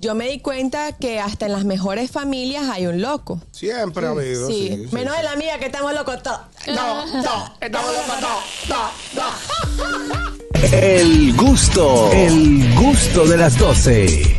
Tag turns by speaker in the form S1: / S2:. S1: Yo me di cuenta que hasta en las mejores familias hay un loco.
S2: Siempre ha habido.
S1: Sí.
S2: sí, sí,
S1: Menos
S2: sí.
S1: de la mía que estamos locos todos.
S2: No, no, estamos locos, no, no, no.
S3: El gusto, el gusto de las 12.